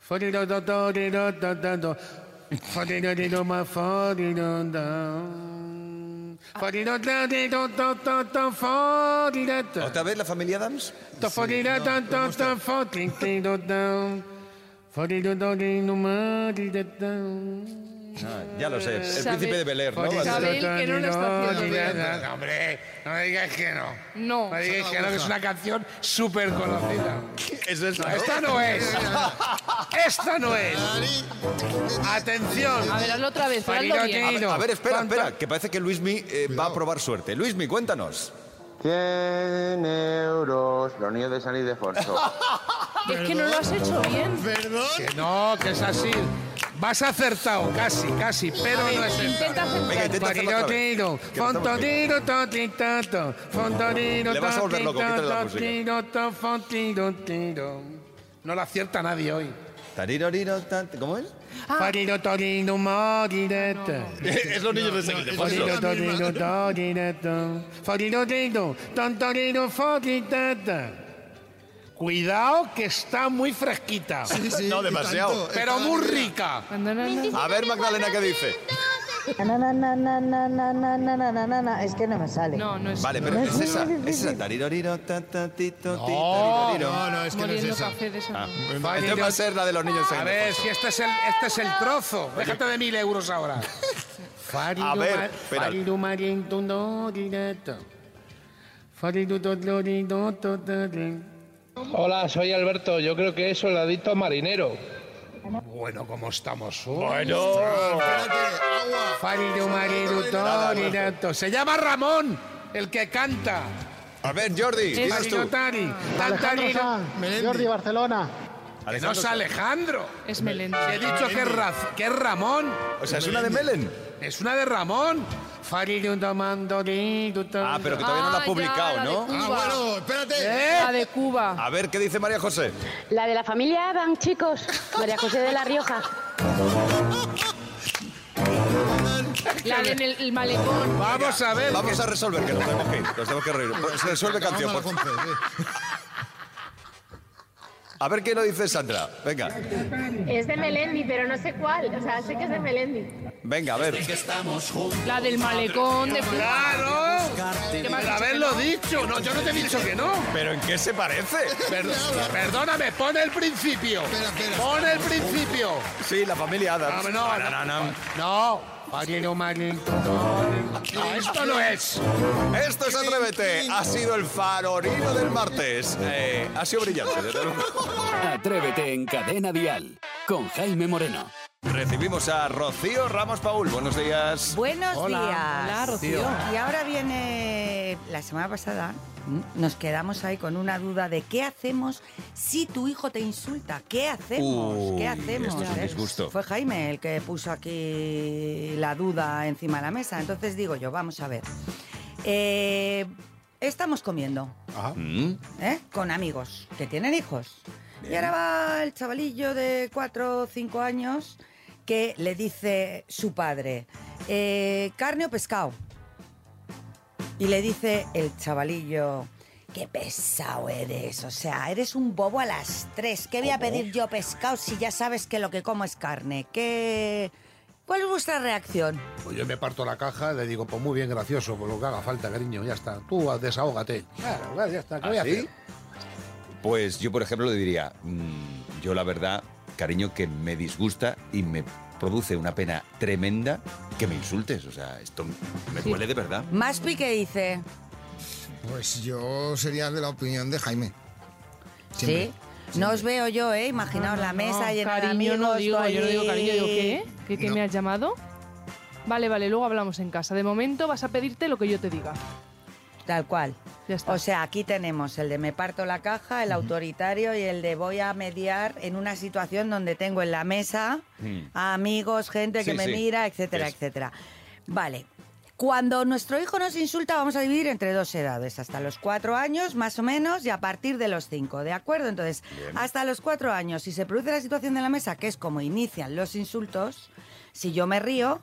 [SPEAKER 5] Faroriro, toriro, toriro. Faroriro, toriro, ma, faroriro, da. Faroriro, toriro, toriro, toriro, farireto.
[SPEAKER 2] ¿Otra vez la familia Adams? Ah, ya lo sé. El
[SPEAKER 4] Sabe-
[SPEAKER 2] príncipe de Bel Air, ¿no?
[SPEAKER 4] Sabe él que no lo está haciendo bien.
[SPEAKER 5] Hombre, no me digas que no.
[SPEAKER 4] No.
[SPEAKER 5] No me digas que no, que es una canción súper conocida.
[SPEAKER 2] Eso es
[SPEAKER 5] Esta no es. Esta no es. Atención.
[SPEAKER 4] A ver, hazlo otra vez, hazlo bien.
[SPEAKER 2] A ver, a ver, espera, espera, que parece que Luismi eh, va a probar suerte. Luismi, cuéntanos.
[SPEAKER 21] 100 euros. Lo niño de San Ildefonso.
[SPEAKER 4] Es que no lo has hecho bien. Perdón.
[SPEAKER 5] Que no, que es así. Vas acertado, casi, casi, pero
[SPEAKER 4] A ver,
[SPEAKER 5] no es
[SPEAKER 4] intenta acertar. Venga, intenta hacerlo otra vez.
[SPEAKER 5] Farirotiro,
[SPEAKER 4] Que lo estamos
[SPEAKER 5] fontoriro, totintato, fontoriro,
[SPEAKER 2] Le vas a volver loco, quítale la música.
[SPEAKER 5] totiro, to, fontiro, tiro. No la acierta nadie hoy.
[SPEAKER 2] Tariririro, tan- ¿Cómo es?
[SPEAKER 5] Fariro, torino, morirete.
[SPEAKER 2] Es los niños de San
[SPEAKER 5] Fariro, torino, torirete. Fariro, torino, tontorino, foritete. Cuidado que está muy fresquita.
[SPEAKER 21] Sí, sí, No, y demasiado. tanto.
[SPEAKER 3] eh.
[SPEAKER 5] Pero
[SPEAKER 21] Está
[SPEAKER 5] muy
[SPEAKER 21] muy
[SPEAKER 5] rica.
[SPEAKER 21] A ver, Magdalena, ¿qué dice?
[SPEAKER 14] Na, na, na, na, na, na, na, na, na, na, na, na. Es que no me sale. No, no
[SPEAKER 2] Vale, pero es esa. Es esa. Tariroriro, tan, tan, ti, to, ti,
[SPEAKER 5] No,
[SPEAKER 2] tariroriro.
[SPEAKER 5] Oh, no, no, es que no es Moliendo esa. café de
[SPEAKER 2] Ah, Entonces va a ser la de los niños de
[SPEAKER 5] A
[SPEAKER 2] San
[SPEAKER 5] ver,
[SPEAKER 2] Ildefonso.
[SPEAKER 5] si este es el, este es el trozo. Déjate de mil euros ahora.
[SPEAKER 2] A ver, espera.
[SPEAKER 10] Hola, soy Alberto. Yo creo que es soldadito marinero.
[SPEAKER 5] Bueno, ¿cómo estamos?
[SPEAKER 10] Bueno.
[SPEAKER 3] Oh.
[SPEAKER 5] Faridu, maridu, torirato. Se llama Ramón, el que canta.
[SPEAKER 2] A ver, Jordi,
[SPEAKER 5] Faridu,
[SPEAKER 2] dinos tú.
[SPEAKER 5] tari,
[SPEAKER 22] Alejandro
[SPEAKER 5] tantarino.
[SPEAKER 22] Sanz, Jordi Barcelona.
[SPEAKER 5] Que no es Alejandro.
[SPEAKER 4] Es Melendi.
[SPEAKER 5] He dicho que es, Raz- que es Ramón.
[SPEAKER 2] O sea, es una de Melen.
[SPEAKER 5] Es una de Ramón.
[SPEAKER 2] Ah,
[SPEAKER 5] Ah,
[SPEAKER 2] pero que todavía no la ha publicado, ¿no? Ah,
[SPEAKER 3] Ah,
[SPEAKER 5] espérate.
[SPEAKER 3] ¿Eh?
[SPEAKER 4] La de Cuba.
[SPEAKER 2] A ver, ¿qué dice María José?
[SPEAKER 23] La de la familia Adán, chicos. María José de la Rioja.
[SPEAKER 4] La del el, el malecón.
[SPEAKER 2] Vamos a ver. Vamos a resolver, que nos tenemos que ir. Nos tenemos que reír. Pues resuelve canción. por favor. A ver qué lo dice Sandra. Venga,
[SPEAKER 6] Es de Melendi, pero no sé cuál. O sea, sé que es de Melendi.
[SPEAKER 2] venga, a ver.
[SPEAKER 4] La
[SPEAKER 2] Ah,
[SPEAKER 4] del malecón de
[SPEAKER 5] Ah, ¡Claro!
[SPEAKER 4] ¿Qué más
[SPEAKER 5] Por
[SPEAKER 4] dicho
[SPEAKER 5] haberlo
[SPEAKER 4] que no?
[SPEAKER 5] dicho. No, yo no te he dicho que no.
[SPEAKER 2] ¿Pero en qué se parece?
[SPEAKER 5] Perdón, perdóname, pon el principio. Pon el principio.
[SPEAKER 2] Sí, la familia Adams.
[SPEAKER 5] No, no, no.
[SPEAKER 2] Bananam.
[SPEAKER 5] No. Padrino Marilto. No, esto no es.
[SPEAKER 2] Esto es Atrévete. Ha sido el farorino del martes. Eh, ha sido brillante, desde (laughs) luego.
[SPEAKER 1] Atrévete en Cadena Dial con Jaime Moreno.
[SPEAKER 2] Recibimos a Rocío Ramos Paul. Buenos días.
[SPEAKER 7] Buenos días.
[SPEAKER 2] Tío.
[SPEAKER 7] Y ahora viene la semana pasada. mm, Nos quedamos ahí con una duda de qué hacemos si tu hijo te insulta. ¿Qué hacemos?
[SPEAKER 2] Uy,
[SPEAKER 7] ¿Qué hacemos? ¿Eh?
[SPEAKER 2] esto es un disgusto.
[SPEAKER 7] Fue Jaime el que puso aquí la duda encima de la mesa. Entonces digo yo, vamos a ver. Eh, estamos comiendo. ¿eh? con amigos que tienen hijos. Y ahora va el chavalillo de 4 o 5 años que le dice su padre, eh, carne o pescado. Y le dice el chavalillo, qué pesado eres, o sea, eres un bobo a las 3. ¿Qué voy a pedir yo pescado si ya sabes que lo que como es carne? ¿Qué... ¿Cuál es vuestra reacción?
[SPEAKER 5] Pues yo me parto la caja, le digo, pues muy bien, gracioso, por lo que haga falta, cariño, ya está. Tú ah, desahógate. Claro, claro, ya está. ¿Qué voy a
[SPEAKER 2] ¿Ah, sí?
[SPEAKER 5] hacer?
[SPEAKER 2] Pues yo, por ejemplo, le diría, mm, yo la verdad, cariño, que me disgusta y me produce una pena tremenda que me insultes. O sea, esto me duele de verdad.
[SPEAKER 7] Maspi que dice,
[SPEAKER 3] Pues yo sería de la opinión de Jaime. Siempre.
[SPEAKER 7] ¿sí? No os veo yo, ¿eh? Imaginaos la mesa llena de
[SPEAKER 4] cariño, no
[SPEAKER 7] amigos,
[SPEAKER 4] digo,
[SPEAKER 7] tú
[SPEAKER 4] yo no digo
[SPEAKER 7] allí.
[SPEAKER 4] cariño, digo, ¿qué? ¿Qué, qué
[SPEAKER 7] No.
[SPEAKER 4] me has llamado? Vale, vale, luego hablamos en casa. De momento vas a pedirte lo que yo te diga.
[SPEAKER 7] Tal cual. O sea, aquí tenemos el de me parto la caja, el autoritario y el de voy a mediar en una situación donde tengo en la mesa a amigos, gente que
[SPEAKER 23] Mm. Sí,
[SPEAKER 7] me
[SPEAKER 23] sí.
[SPEAKER 7] mira, etcétera,
[SPEAKER 23] Es.
[SPEAKER 7] etcétera. Vale. Cuando nuestro hijo nos insulta, vamos a dividir entre dos edades, hasta los cuatro años más o menos y a partir de los cinco, ¿de acuerdo? Entonces, hasta los cuatro años, si se produce la situación de la mesa, que es como inician los insultos, si yo me río,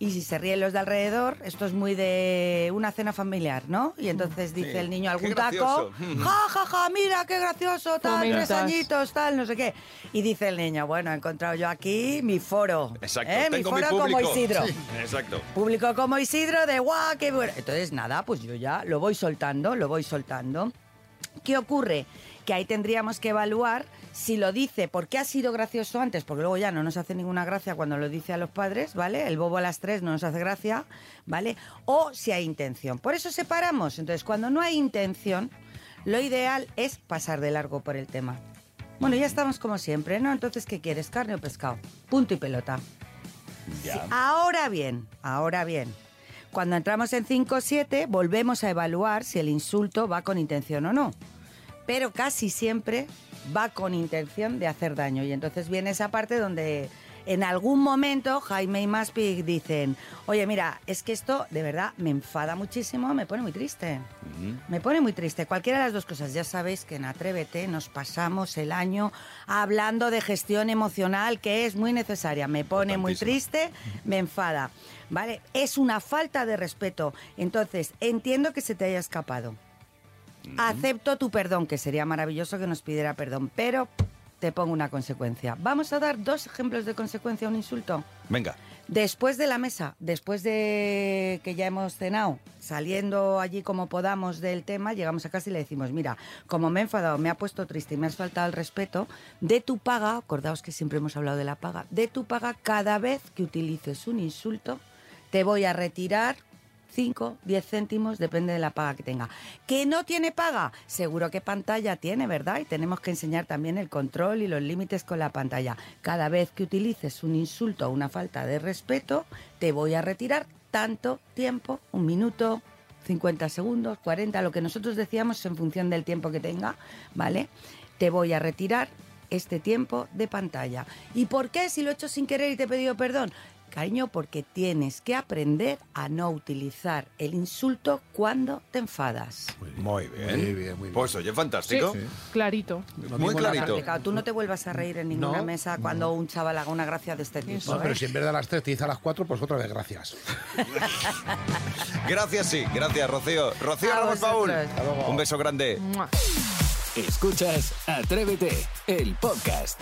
[SPEAKER 7] y si se ríen los de alrededor, esto es muy de una cena familiar, ¿no? Y entonces dice Sí. el niño Qué algún taco, gracioso. Mm. ja, ja, ja, mira, qué gracioso, tal, Comentas. tres añitos, tal, no sé qué. Y dice el niño, bueno, he encontrado yo aquí mi foro.
[SPEAKER 2] Exacto.
[SPEAKER 7] ¿eh? Mi
[SPEAKER 2] Tengo mi
[SPEAKER 7] foro como
[SPEAKER 2] público.
[SPEAKER 7] Isidro.
[SPEAKER 2] Sí, Exacto.
[SPEAKER 7] Público como Isidro de guau, qué bueno. Entonces, nada, pues yo ya lo voy soltando, lo voy soltando. ¿Qué ocurre? Que ahí tendríamos que evaluar si lo dice porque ha sido gracioso antes, porque luego ya no nos hace ninguna gracia cuando lo dice a los padres, ¿vale? El bobo a las tres no nos hace gracia, ¿vale? O si hay intención. Por eso separamos. Entonces, cuando no hay intención, lo ideal es pasar de largo por el tema. Bueno, ya estamos como siempre, ¿no? Entonces, ¿qué quieres? ¿Carne o pescado? Punto y pelota. Sí, Ahora bien, ahora bien. Cuando entramos en 5-7, volvemos a evaluar si el insulto va con intención o no. Pero casi siempre va con intención de hacer daño. Y entonces viene esa parte donde en algún momento Jaime y Maspi dicen, oye, mira, es que esto de verdad me enfada muchísimo, me pone muy triste. Me pone muy triste. Cualquiera de las dos cosas. Ya sabéis que en Atrévete nos pasamos el año hablando de gestión emocional que es muy necesaria. Me pone muy triste, me enfada. ¿Vale? Es una falta de respeto. Entonces, entiendo que se te haya escapado. Acepto tu perdón, que sería maravilloso que nos pidiera perdón, pero te pongo una consecuencia. Vamos a dar dos ejemplos de consecuencia a un insulto.
[SPEAKER 2] Venga.
[SPEAKER 7] Después de la mesa, después de que ya hemos cenado, saliendo allí como podamos del tema, llegamos a casa y le decimos, mira, como me he enfadado, me ha puesto triste y me has faltado el respeto, de tu paga, acordaos que siempre hemos hablado de la paga, de tu paga cada vez que utilices un insulto, te voy a retirar 5, 10 céntimos, depende de la paga que tenga. ¿Que no tiene paga? Seguro que pantalla tiene, ¿verdad? Y tenemos que enseñar también el control y los límites con la pantalla. Cada vez que utilices un insulto o una falta de respeto, te voy a retirar tanto tiempo, un minuto, 50 segundos, 40, lo que nosotros decíamos en función del tiempo que tenga, ¿vale? Te voy a retirar este tiempo de pantalla. ¿Y por qué si lo he hecho sin querer y te he pedido perdón? Cariño, porque tienes que aprender a no utilizar el insulto cuando te enfadas.
[SPEAKER 2] Muy bien. Pues oye, fantástico.
[SPEAKER 4] Clarito.
[SPEAKER 2] Muy clarito.
[SPEAKER 7] Complicado. Tú no te vuelvas a reír en ninguna
[SPEAKER 5] No,
[SPEAKER 7] mesa cuando un chaval haga una gracia de este tipo.
[SPEAKER 5] No, pero
[SPEAKER 7] ¿eh?
[SPEAKER 5] si en vez de a las tres te dice a las cuatro, pues otra vez gracias.
[SPEAKER 2] Gracias, sí. Gracias, Rocío. Rocío
[SPEAKER 1] A
[SPEAKER 2] Ramos Paul.
[SPEAKER 1] vosotros. Hasta luego.
[SPEAKER 2] Un beso grande.
[SPEAKER 1] Escuchas Atrévete, el podcast.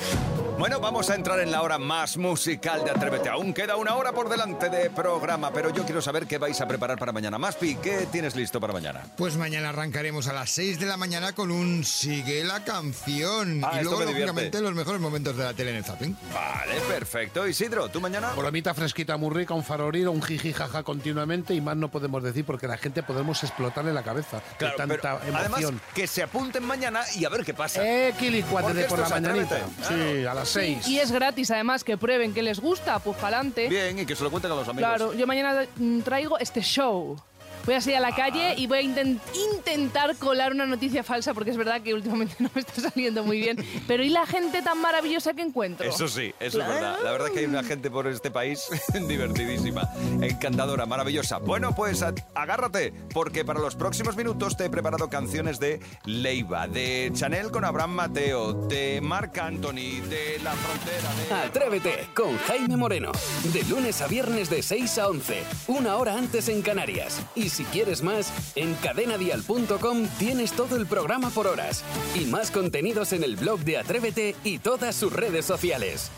[SPEAKER 2] Bueno, vamos a entrar en la hora más musical de Atrévete. Aún queda una hora por delante de programa, pero yo quiero saber qué vais a preparar para mañana. Maspi, ¿qué tienes listo para mañana?
[SPEAKER 3] Pues mañana arrancaremos a las 6 de la mañana con un Sigue la canción.
[SPEAKER 2] Ah,
[SPEAKER 3] y
[SPEAKER 2] esto
[SPEAKER 3] luego,
[SPEAKER 2] me divierte.
[SPEAKER 3] lógicamente, los mejores momentos de la tele en el zapping.
[SPEAKER 2] Vale, perfecto. Isidro, ¿tú mañana?
[SPEAKER 5] Bromita fresquita muy rica, un faroriro, un jiji jaja continuamente y más no podemos decir porque la gente podemos explotarle la cabeza de
[SPEAKER 2] Claro,
[SPEAKER 5] tanta
[SPEAKER 2] pero además
[SPEAKER 5] emoción.
[SPEAKER 2] que se apunten mañana y a ver qué pasa.
[SPEAKER 5] Eh, Kilicuate
[SPEAKER 2] Porque
[SPEAKER 5] de por la
[SPEAKER 2] esto es
[SPEAKER 5] mañanita.
[SPEAKER 2] Atrévete.
[SPEAKER 5] Sí, a las
[SPEAKER 4] Sí,
[SPEAKER 5] seis.
[SPEAKER 4] y es gratis, además, que prueben que les gusta, pues pa'lante.
[SPEAKER 2] Bien, y que se lo cuenten a los amigos.
[SPEAKER 4] Claro, yo mañana mm, traigo este show. Voy a salir a la calle y voy a inten- intentar colar una noticia falsa porque es verdad que últimamente (laughs) no me está saliendo muy bien. Pero ¿y la gente tan maravillosa que encuentro?
[SPEAKER 2] Eso sí, eso
[SPEAKER 4] Claro.
[SPEAKER 2] es verdad. La verdad es que hay una gente por este país (laughs) divertidísima, encantadora, maravillosa. Bueno, pues a- agárrate, porque para los próximos minutos te he preparado canciones de Leiva, de Chanel con Abraham Mateo, de Marc Anthony, de La Frontera, de...
[SPEAKER 1] Atrévete con Jaime Moreno. De lunes a viernes de 6 a 11, una hora antes en Canarias. Y si quieres más, en cadenadial.com tienes todo el programa por horas. Y más contenidos en el blog de Atrévete y todas sus redes sociales.